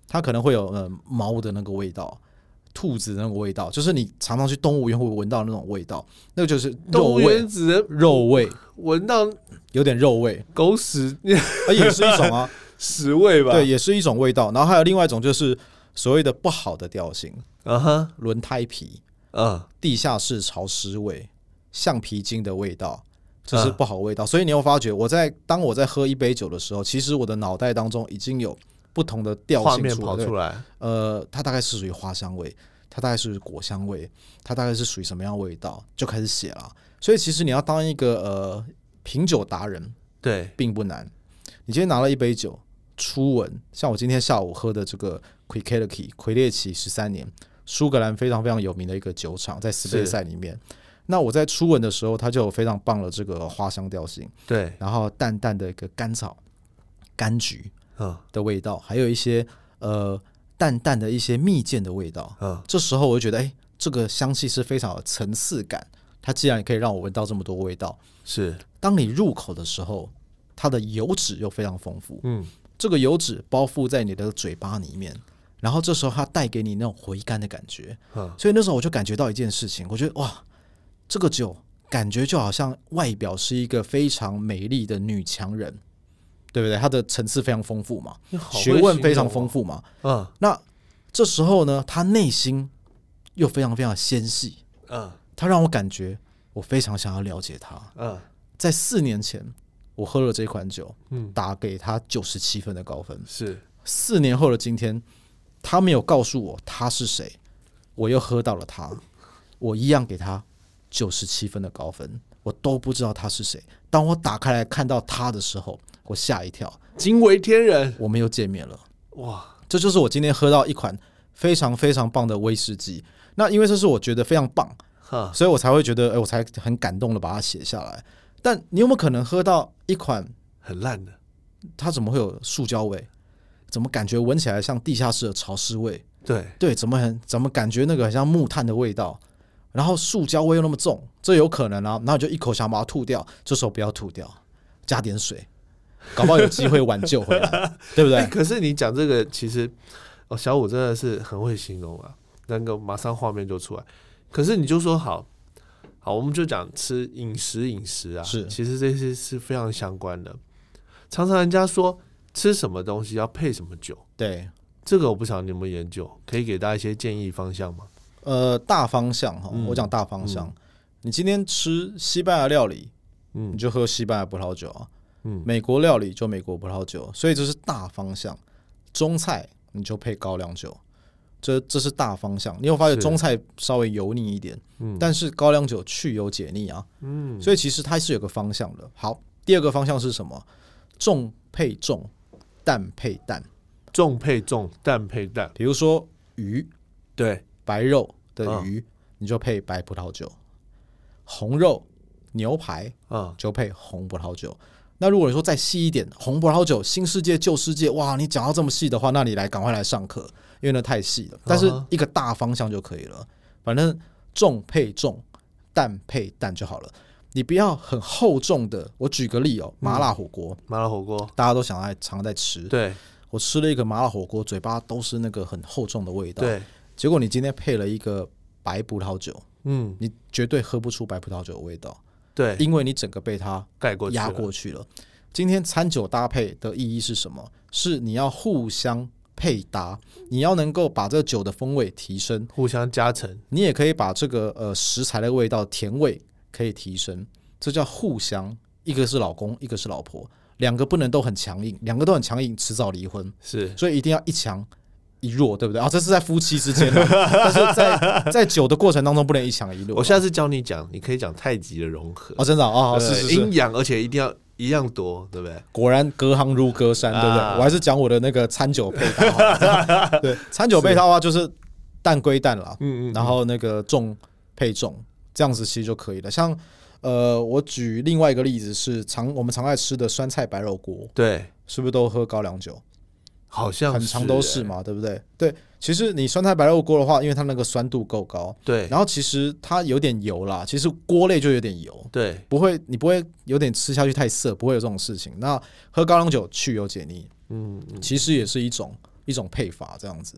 它可能会有呃猫的那个味道，兔子的那个味道，就是你常常去动物园会闻到那种味道，那个就是肉
动物
味
园，只能
肉味
闻到
有点肉味，
狗屎
啊也是一种啊，
屎味吧？
对，，也是一种味道。然后还有另外一种就是所谓的不好的调性，
啊哈，
轮胎皮、
嗯，
地下室潮湿味、橡皮筋的味道，这是
嗯
不好的味道。所以你会发觉，我在当我在喝一杯酒的时候，其实我的脑袋当中已经有不同的调
画
性
面
出来
跑
对
出来，
呃，它大概是属于花香味，它大概是属于果香味，它大概是属于什么样的味道，就开始写了。所以其实你要当一个呃品酒达人，
对
并不难。你今天拿了一杯酒，初吻，像我今天下午喝的这个 q u i k e l k i 魁列奇十三年，苏格兰非常非常有名的一个酒厂，在斯贝塞里面。那我在初吻的时候，它就有非常棒的这个花香调性，
对，
然后淡淡的一个甘草、柑橘
嗯
的味道，还有一些呃淡淡的一些蜜饯的味道。
嗯，
这时候我就觉得，哎、这个香气是非常有层次感。它既然可以让我闻到这么多味道，
是
当你入口的时候，它的油脂又非常丰富，
嗯，
这个油脂包覆在你的嘴巴里面，然后这时候它带给你那种回甘的感觉。
嗯
所以那时候我就感觉到一件事情，我觉得哇，这个酒感觉就好像外表是一个非常美丽的女强人，对不对？它的层次非常丰富嘛，
你好会
学问非
形
常
容
丰
哦，
富嘛。
嗯
那这时候呢，他内心又非常非常纤细，
嗯
他让我感觉我非常想要了解他。
嗯
在四年前，我喝了这款酒，
嗯，
打给他九十七分的高分。
是
四年后的今天，他没有告诉我他是谁，我又喝到了他，我一样给他九十七分的高分，我都不知道他是谁。当我打开来看到他的时候，我吓一跳，
惊为天人
我们又见面了。
哇！
这就是我今天喝到一款非常非常棒的威士忌。那因为这是我觉得非常棒，
哈，
所以我才会觉得，哎、我才很感动的把它写下来。但你有没有可能喝到一款
很烂的，
它怎么会有塑胶味？怎么感觉闻起来像地下室的潮湿味？
对，
对，怎么很怎么感觉那个很像木炭的味道？然后塑胶味又那么重，这有可能啊。然后你就一口想把它吐掉，这时候不要吐掉，加点水，搞不好有机会挽救回来， 对不
哎，
对？
可是你讲这个，其实哦，小五真的是很会形容啊，那个马上画面就出来。可是你就说好，好，我们就讲吃饮食，饮食啊，
是
其实这些是非常相关的。常常人家说吃什么东西要配什么酒，
对，
这个我不晓得你有没有研究，可以给大家一些建议方向吗？
呃，大方向哈，
嗯
我讲大方向。你今天吃西班牙料理，
嗯
你就喝西班牙葡萄酒啊；
嗯
美国料理就美国葡萄酒，所以这是大方向。中菜你就配高粱酒，这这是大方向。你有发现
是
中菜稍微油腻一点，
嗯
但是高粱酒去油解腻啊，
嗯，
所以其实它是有个方向的。好，第二个方向是什么？重配重，淡配淡。
重配重，淡配淡，
比如说鱼，
对，
白肉
啊
的鱼，你就配白葡萄酒；红肉牛排
啊、
就配红葡萄酒。那如果说再细一点，红葡萄酒、新世界、旧世界，哇，你讲到这么细的话，那你来赶快来上课，因为那太细了。但是
啊哈
一个大方向就可以了，反正重配重，淡配淡就好了。你不要很厚重的。我举个例哦，麻辣火锅，
麻辣火锅，
大家都想爱常在吃。
对
我吃了一个麻辣火锅，嘴巴都是那个很厚重的味道。
对，
结果你今天配了一个白葡萄酒，
嗯
你绝对喝不出白葡萄酒的味道，
对，
因为你整个被它
盖过去
压
了，
过去了。今天餐酒搭配的意义是什么？是你要互相配搭，你要能够把这个酒的风味提升，
互相加成，
你也可以把这个呃食材的味道、甜味可以提升，这叫互相。一个是老公，一个是老婆，两个不能都很强硬，两个都很强硬，迟早离婚。
是
所以一定要一强一弱，对不对？啊，这是在夫妻之间啊， 但是在在酒的过程当中不能一强一弱。
我呃下次教你讲，你可以讲太极的融合，
哦，真的啊、哦，
对
是是是
阴，阳，而且一定要一样多，对不对？
果然隔行如隔山，对不对？
啊
我还是讲我的那个餐酒配搭好了这 样，对，餐酒配搭的话就是淡归淡啦，
嗯
然后那个重配重，这样子其实就可以了。像呃，我举另外一个例子是常我们常爱吃的酸菜白肉锅，
对，
是不是都喝高粱酒？
好像
很常都是
是欸，
嘛，对不对？对，其实你酸菜白肉锅的话，因为它那个酸度够高，
对
然后其实它有点油啦，其实锅类就有点油，
对，
不会，你不会有点吃下去太涩，不会有这种事情。那喝高粱酒去油解腻，
嗯。嗯
其实也是一种一种配法，这样子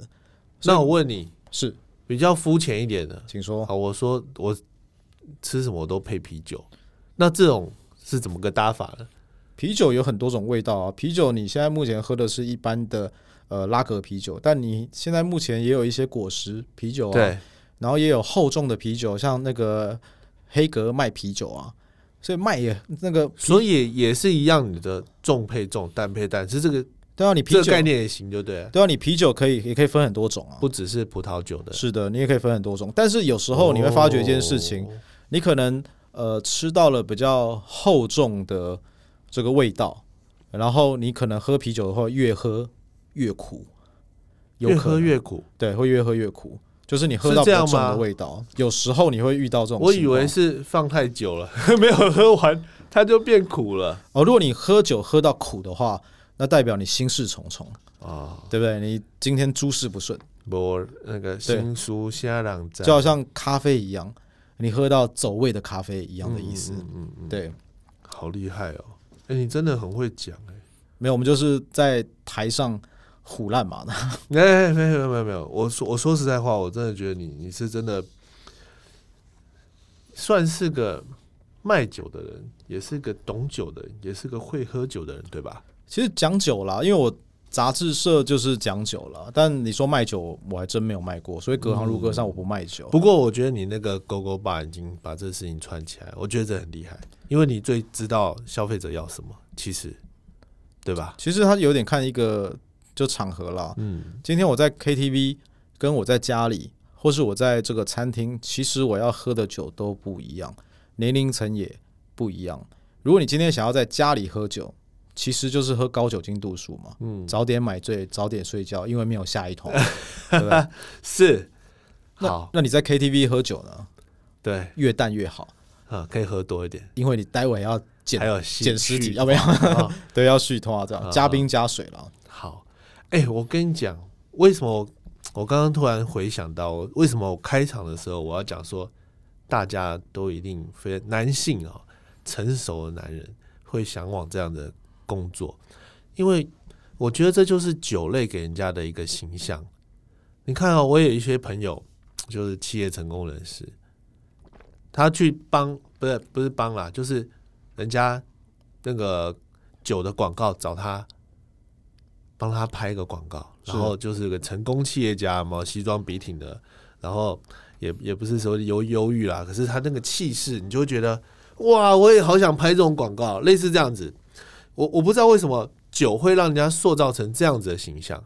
那我问你，
是，
比较肤浅一点的，
请说。
好，我说我吃什么我都配啤酒，那这种是怎么个搭法呢？
啤酒有很多种味道啊，啤酒你现在目前喝的是一般的呃拉格啤酒，但你现在目前也有一些果实啤酒啊，
对，
然后也有厚重的啤酒，像那个黑格麦啤酒啊，所以麦也那个，
所以也是一样，你的重配重，淡配淡，是这个
对啊，你啤
这
酒
个概念也行，就对了，
对啊，你啤酒可以也可以分很多种啊，
不只是葡萄酒的。
是的，你也可以分很多种，但是有时候你会发觉一件事情，
哦，
你可能呃吃到了比较厚重的这个味道，然后你可能喝啤酒的话越喝越苦，有
越
可
喝
能
越苦。
对会越喝越苦，就是你喝
是
到比
这样
较重
吗
的味道，有时候你会遇到这种情况。
我以为是放太久了， 没有喝完，它就变苦了
哦，如果你喝酒喝到苦的话，那代表你心事重重，
啊。
对不对？你今天诸事不顺，
我那个新书虾朗在
就好像咖啡一样，你喝到走味的咖啡一样的意思。
嗯嗯嗯，
对，
好厉害哦！哎、你真的很会讲哎、
没有，我们就是在台上胡乱嘛的。
哎、没有没有没有没有，我说我说实在话，我真的觉得你你是真的算是个卖酒的人，也是个懂酒的人，也是个会喝酒的人，对吧？
其实讲酒啦，因为我杂志社就是讲酒啦，但你说卖酒，我还真没有卖过，所以隔行如隔山，我不卖酒。
不过我觉得你那个勾勾爸已经把这事情串起来，我觉得这很厉害，因为你最知道消费者要什么，其实对吧？
其实它有点看一个就场合啦。
嗯，
今天我在 KTV，跟我在家里，或是我在这个餐厅，其实我要喝的酒都不一样，年龄层也不一样。如果你今天想要在家里喝酒，其实就是喝高酒精度数嘛，
嗯
早点买醉，早点睡觉，因为没有下一桶，对不对？
是
那
好，
那你在 KTV 喝酒呢，
对
越淡越好，
啊，可以喝多一点，
因为你待会要
还
捡
有
捡
减
尸
尸
体，
体
要不要？
啊
对，要续通啊，这
啊
样加冰加水了。
好，哎、我跟你讲，为什么我我刚刚突然回想到，为什么我开场的时候我要讲说，大家都一定非男性啊、成熟的男人会向往这样的工作，因为我觉得这就是酒类给人家的一个形象。你看啊、我有一些朋友就是企业成功人士，他去帮不是不是帮啦，就是人家那个酒的广告找他帮他拍一个广告，
是
然后就是个成功企业家嘛，西装笔挺的，然后也也不是说忧忧郁啦，可是他那个气势，你就会觉得哇，我也好想拍这种广告，类似这样子。我我不知道为什么酒会让人家塑造成这样子的形象。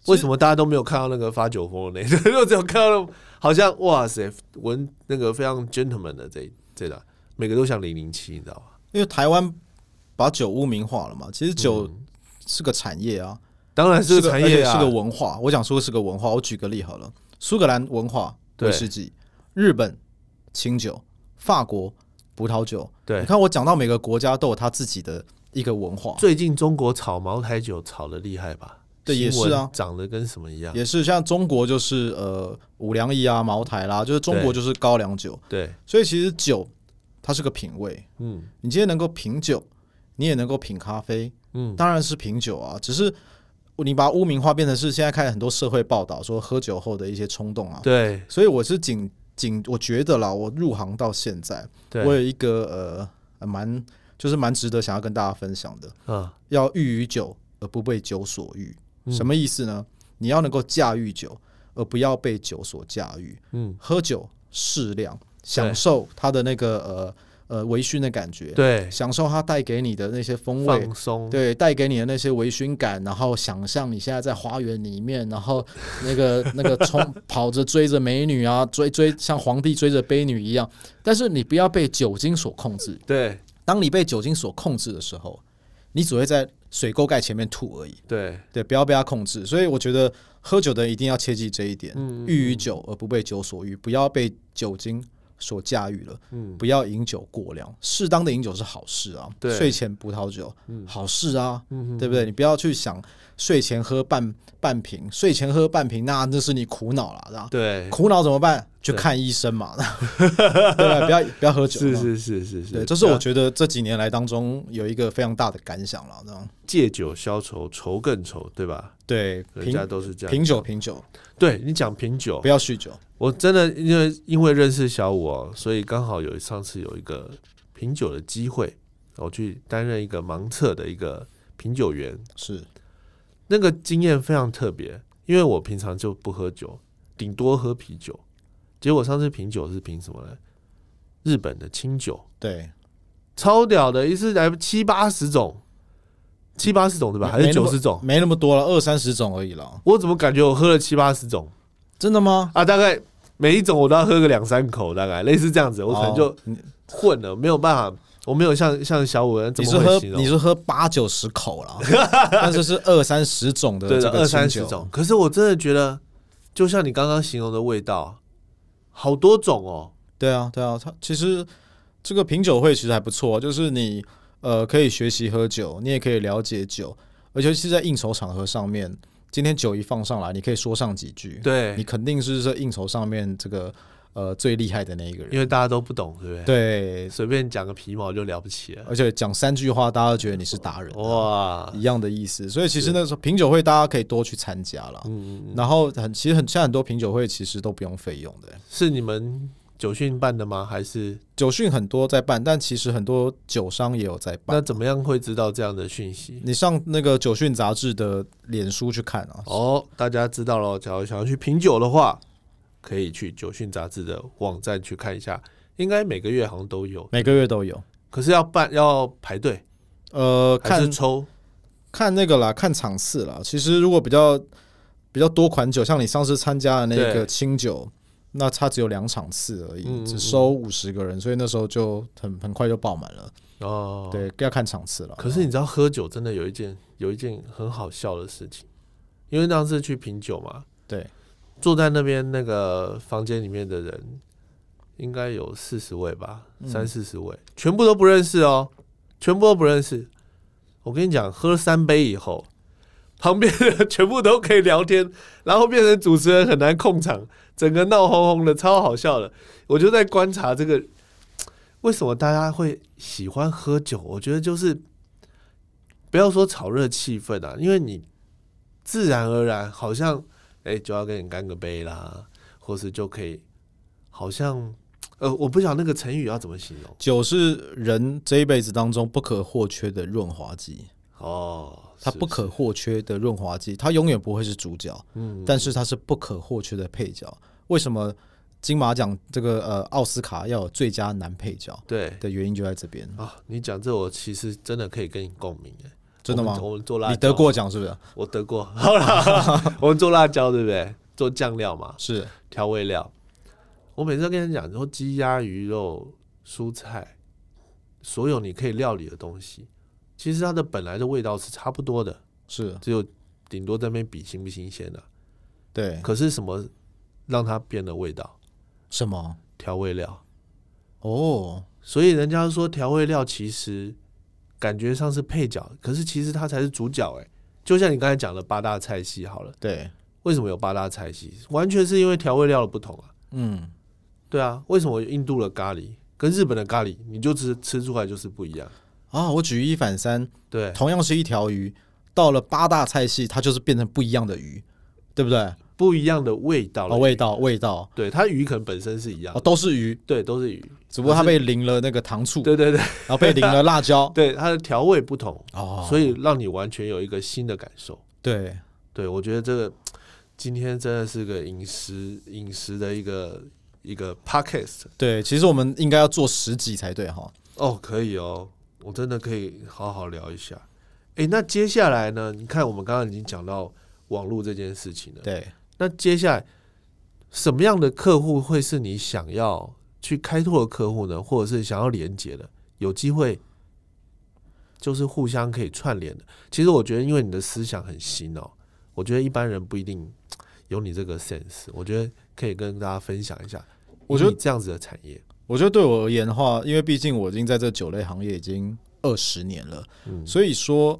其实
为什么大家都没有看到那个发酒疯的那一段？ 就只有看到好像哇塞，文那个非常 gentleman 的这一这段，每个都像零零七，你知道吗？
因为台湾把酒污名化了嘛，其实酒是个产业啊，
当然嗯是
个
个产业啊，
而且是个文化。我讲说是个文化，我举个例好了，苏格兰文化
对
威士忌，日本清酒，法国葡萄酒。
对
你看我讲到每个国家都有它自己的一个文化，
最近中国炒茅台酒炒的厉害吧？
对也是啊
新闻涨得跟什么一样？
也是像中国就是呃五粮液啊、茅台啦，就是中国就是高粱酒，
对，
所以其实酒它是个品味，
嗯
你今天能够品酒，你也能够品咖啡，
嗯，
当然是品酒啊，只是你把它污名化变成是现在看很多社会报道说喝酒后的一些冲动啊，
对
所以我是仅仅我觉得啦，我入行到现在，我
对，
有一个呃蛮就是蛮值得想要跟大家分享的，
嗯
要欲于酒而不被酒所欲，
嗯
什么意思呢？你要能够驾驭酒，而不要被酒所驾驭。
嗯，
喝酒适量，享受它的那个呃呃微醺的感觉，
对，
享受它带给你的那些风味，
放松，
对，带给你的那些微醺感，然后想象你现在在花园里面，然后那个 那个冲跑着追着美女啊，追追像皇帝追着悲女一样。但是你不要被酒精所控制，
对
当你被酒精所控制的时候，你只会在水沟盖前面吐而已。
对，
对，不要被它控制。所以我觉得喝酒的人一定要切记这一点，
嗯
欲于酒而不被酒所欲，不要被酒精所驾驭了。
嗯
不要饮酒过量，适当的饮酒是好事啊。
对
睡前葡萄酒，好事啊，
嗯
对不对？你不要去想睡前喝半半瓶，睡前喝半瓶，那那是你苦恼了，是吧？
对，
苦恼怎么办？去
对
看医生嘛， 对吧？不要不要喝酒，
是是是是是，啊
对，这是我觉得这几年来当中有一个非常大的感想了，这样。
借酒消愁，愁更愁，对吧？
对，
人家
品
都是这样。
品酒品酒，
对你讲品酒
不，要酗酒。
我真的因为因为认识小五哦，所以刚好有上次有一个品酒的机会，我去担任一个盲测的一个品酒员，
是
那个经验非常特别，因为我平常就不喝酒，顶多喝啤酒。结果上次品酒是品什么呢？日本的清酒，
对，
超屌的，一次来 七八十种，七八十种对吧？
没
还是
没那
九
么
十种？
没那么多了，二三十种而已了。
我怎么感觉我喝了七八十种
真的吗？
啊？大概每一种我都要喝个两三口，大概类似这样子，我可能就
哦你
混了，没有办法，我没有像像小五人怎
你
么
是
会
喝
形容
你是喝八九十口 了，但是是二三十种的
对
这
的，
个
二
清
三十
酒，
种。可是我真的觉得，就像你刚刚形容的味道，好多种哦。
对啊对啊，它其实这个品酒会其实还不错，就是你呃可以学习喝酒，你也可以了解酒，而且是在应酬场合上面，今天酒一放上来，你可以说上几句，
对
你，肯定是在应酬上面这个呃最厉害的那一个人。
因为大家都不懂，对不对？
对，
随便讲个皮毛就了不起了。
而且讲三句话，大家都觉得你是达人，啊
哇，
一样的意思。所以其实那时候品酒会大家可以多去参加了。
嗯，
然后很其实很现在很多品酒会其实都不用费用的、
是你们酒训办的吗？还是
酒训很多在办，但其实很多酒商也有在办。
那怎么样会知道这样的讯息？
你上那个酒训杂志的脸书去看啊，
哦，大家知道了。假如想要去品酒的话，可以去酒讯杂志的网站去看一下，应该每个月好像都有，
每个月都有。
可是要办要排队，
呃，
还是
看
抽？
看那个啦，看场次啦。其实如果比较比较多款酒，像你上次参加的那
对
个清酒，那它只有两场次而已，
嗯嗯
只收五十个人，所以那时候就很很快就爆满了。
哦，。
对，要看场次了。
可是你知道喝酒真的有一件有一件很好笑的事情，因为那次去品酒嘛，
对，
坐在那边那个房间里面的人应该有四十位吧，
嗯
三四十位，全部都不认识哦，全部都不认识。我跟你讲，喝了三杯以后，旁边的人全部都可以聊天，然后变成主持人很难控场，整个闹哄哄的，超好笑的。我就在观察这个，为什么大家会喜欢喝酒？我觉得就是不要说炒热气氛啊，因为你自然而然好像哎、就要跟你干个杯啦，或是就可以，好像呃，我不晓得那个成语要怎么形容
酒是人这一辈子当中不可或缺的润滑剂，
哦，
它
是
不可或缺的润滑剂，它永远不会是主角，
嗯，
但是它是不可或缺的配角。为什么金马奖这个呃奥斯卡要有最佳男配角
对
的原因就在这边？
啊，你讲这我其实真的可以跟你共鸣哎，
真的
我
吗
们？我们做辣椒，
你得过奖是不是？
我得过， 好啦，我们做辣椒对不对？做酱料嘛，
是
调味料。我每次都跟你讲，说鸡鸭鱼肉、蔬菜，所有你可以料理的东西，其实它的本来的味道是差不多的，
是，
只有顶多在那边比新不新鲜了、啊
对。
可是什么让它变了味道？
什么？
调味料。
哦，
所以人家说调味料其实感觉上是配角，可是其实它才是主角哎、就像你刚才讲的八大菜系好了，
对，
为什么有八大菜系？完全是因为调味料的不同啊。
嗯，
对啊，为什么印度的咖喱跟日本的咖喱，你就吃吃出来就是不一样？
啊，我举一反三，
对，
同样是一条鱼，到了八大菜系，它就是变成不一样的鱼，对不对？
不一样的味道
啊、
了、
味道，味道，
对，它鱼可能本身是一样
哦，
的，
都是鱼，
对，都是鱼。
只不过它
可
被淋了那个糖醋，
对对对，
然后被淋了辣椒
对，它的调味不同，
哦，
所以让你完全有一个新的感受。
对，
对，我觉得这个今天真的是个饮食饮食的一个一个 podcast
对，其实我们应该要做十集才对哈。
哦，可以哦，我真的可以好好聊一下。诶，那接下来呢？你看，我们刚刚已经讲到网络这件事情了。
对，
那接下来什么样的客户会是你想要去开拓的客户呢？或者是想要连接的？有机会就是互相可以串联的。其实我觉得，因为你的思想很新哦，我觉得一般人不一定有你这个 sense。我觉得可以跟大家分享一下，
我觉得
以你这样子的产业，
我觉得对我而言的话，因为毕竟我已经在这酒类行业已经二十年了，
嗯，
所以说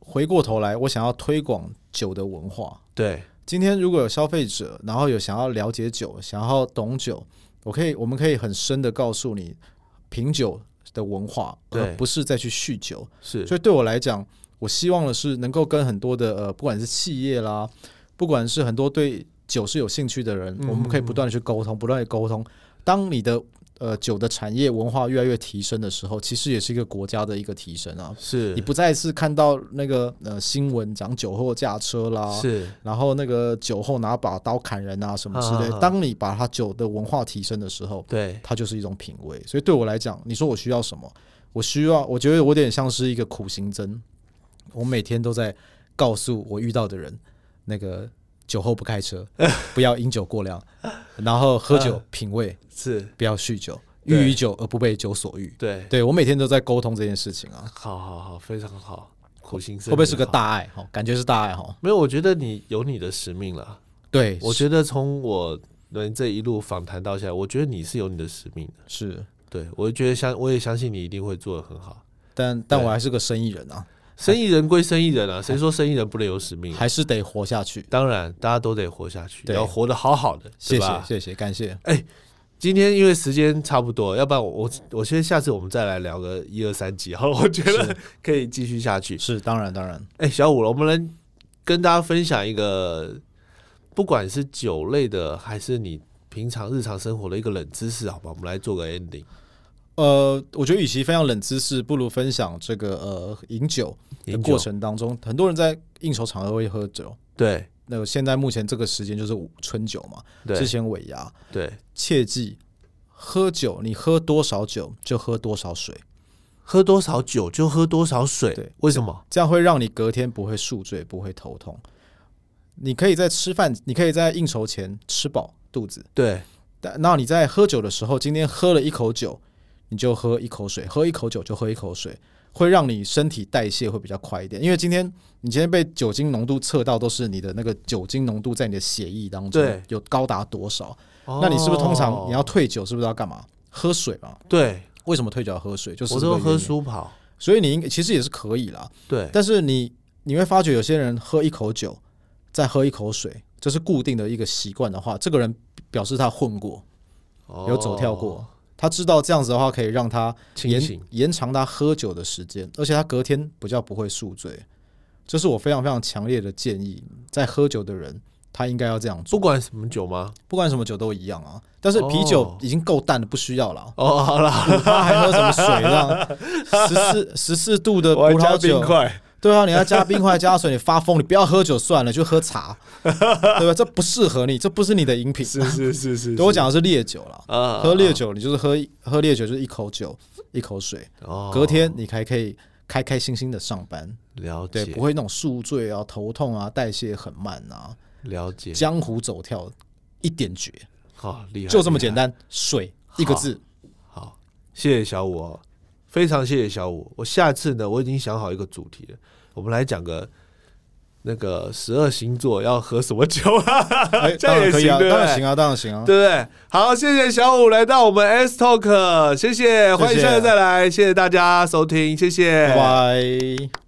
回过头来，我想要推广酒的文化。
对，
今天如果有消费者，然后有想要了解酒、想要懂酒，我可以，我们可以很深的告诉你品酒的文化，
对
而不是再去酗酒。
是，
所以对我来讲，我希望的是能够跟很多的呃，不管是企业啦，不管是很多对酒是有兴趣的人，
嗯
我们可以不断的去沟通，不断的沟通。当你的呃酒的产业文化越来越提升的时候，其实也是一个国家的一个提升啊。
是
你不再是看到那个呃新闻讲酒后驾车啦，
是
然后那个酒后拿把刀砍人啊什么之类
啊
的。当你把它酒的文化提升的时候，
对，
它就是一种品味。所以对我来讲，你说我需要什么？我需要，我觉得我有点像是一个苦行僧，我每天都在告诉我遇到的人，那个酒后不 开车，不要饮酒过量，然后喝酒品味，
是，
不要酗酒，
嗯对
欲于酒而不被酒所欲。
对，
对我每天都在沟通这件事情啊，
好好好，非常好，苦行僧
会不会是个
好？
大爱？哈，感觉是大爱哈。
没有，我觉得你有你的使命了。
对，
我觉得从我们这一路访谈到现在，我觉得你是有你的使命的。
是，
对，我觉得相我也相信你一定会做得很好。
但但
对
我还是个生意人啊。
生意人归生意人啊，谁说生意人不能有使命啊、
还是得活下去。
当然，大家都得活下去，
对
要活得好好的，
谢
对吧嗯
谢，？谢谢，感谢。
今天因为时间差不多，要不然我我我觉得下次我们再来聊个一二三集好了，我觉得 可以继续下去。
是当然当然，
哎、小五，我们能跟大家分享一个，不管是酒类的还是你平常日常生活的一个冷知识，好吧？我们来做个 ending。
呃，我觉得与其分享冷知识，不如分享这个呃饮酒的
饮酒
过程当中，很多人在应酬场合会喝酒。
对
那个现在目前这个时间就是午春酒嘛，之
对
前尾牙，
对，
切记喝酒，你喝多少酒就喝多少水，
喝多少酒就喝多少水
对，
为什么？
这样会让你隔天不会宿醉，不会头痛。你可以在吃饭，你可以在应酬前吃饱肚子，
对
但那你在喝酒的时候，今天喝了一口酒，你就喝一口水，喝一口酒就喝一口水，会让你身体代谢会比较快一点。因为今天你今天被酒精浓度测到，都是你的那个酒精浓度在你的血液当
对
中有高达多少。那你是不是通常你要
哦
退酒，是不是要干嘛？喝水嘛？
对？
为什么退酒要喝水？就是
我
这个
都喝
原因，
舒跑，
所以你应该其实也是可以啦。
对
但是你你会发觉有些人喝一口酒，再喝一口水，这是固定的一个习惯的话，这个人表示他混过，有走跳过。
哦
他知道这样子的话可以让他
清
延
醒。
延长他喝酒的时间，而且他隔天比较不会宿醉。这是我非常非常强烈的建议，在喝酒的人他应该要这样
不
做，
管什么酒吗？
不管什么酒都一样啊。但是啤
哦
酒已经够淡了，不需要了。
哦，好啦，
他还喝什么水这 样？十四十四度的葡
我还加
萄
冰
酒，
块，
对啊，你要加冰块加水，你发疯，你不要喝酒算了，就喝茶，对吧？这不适合你，这不是你的饮品。
是是是 是，
对我讲的是烈酒了，
啊，
喝烈
酒，
酒你就是喝一喝烈酒就是一口酒一口水，
哦
隔天你还可以开开心心的上班，
了解
对，，不会那种宿醉啊、头痛啊、代谢很慢啊、
了解，
江湖走跳一点绝，
好厉害，
就这么简
单。
单，水一个
好
字，
好，谢谢小五哦，非常谢谢小五。我下次呢，我已经想好一个主题了，我们来讲个那个十二星座要喝什么酒啊？
哎，
这样
当
也
然可以啊，
行对不对
当然行啊，当然行啊，
对不对？好，谢谢小五来到我们 S Talk，谢谢，欢迎下次再来，谢谢大家收听，谢谢，
拜拜。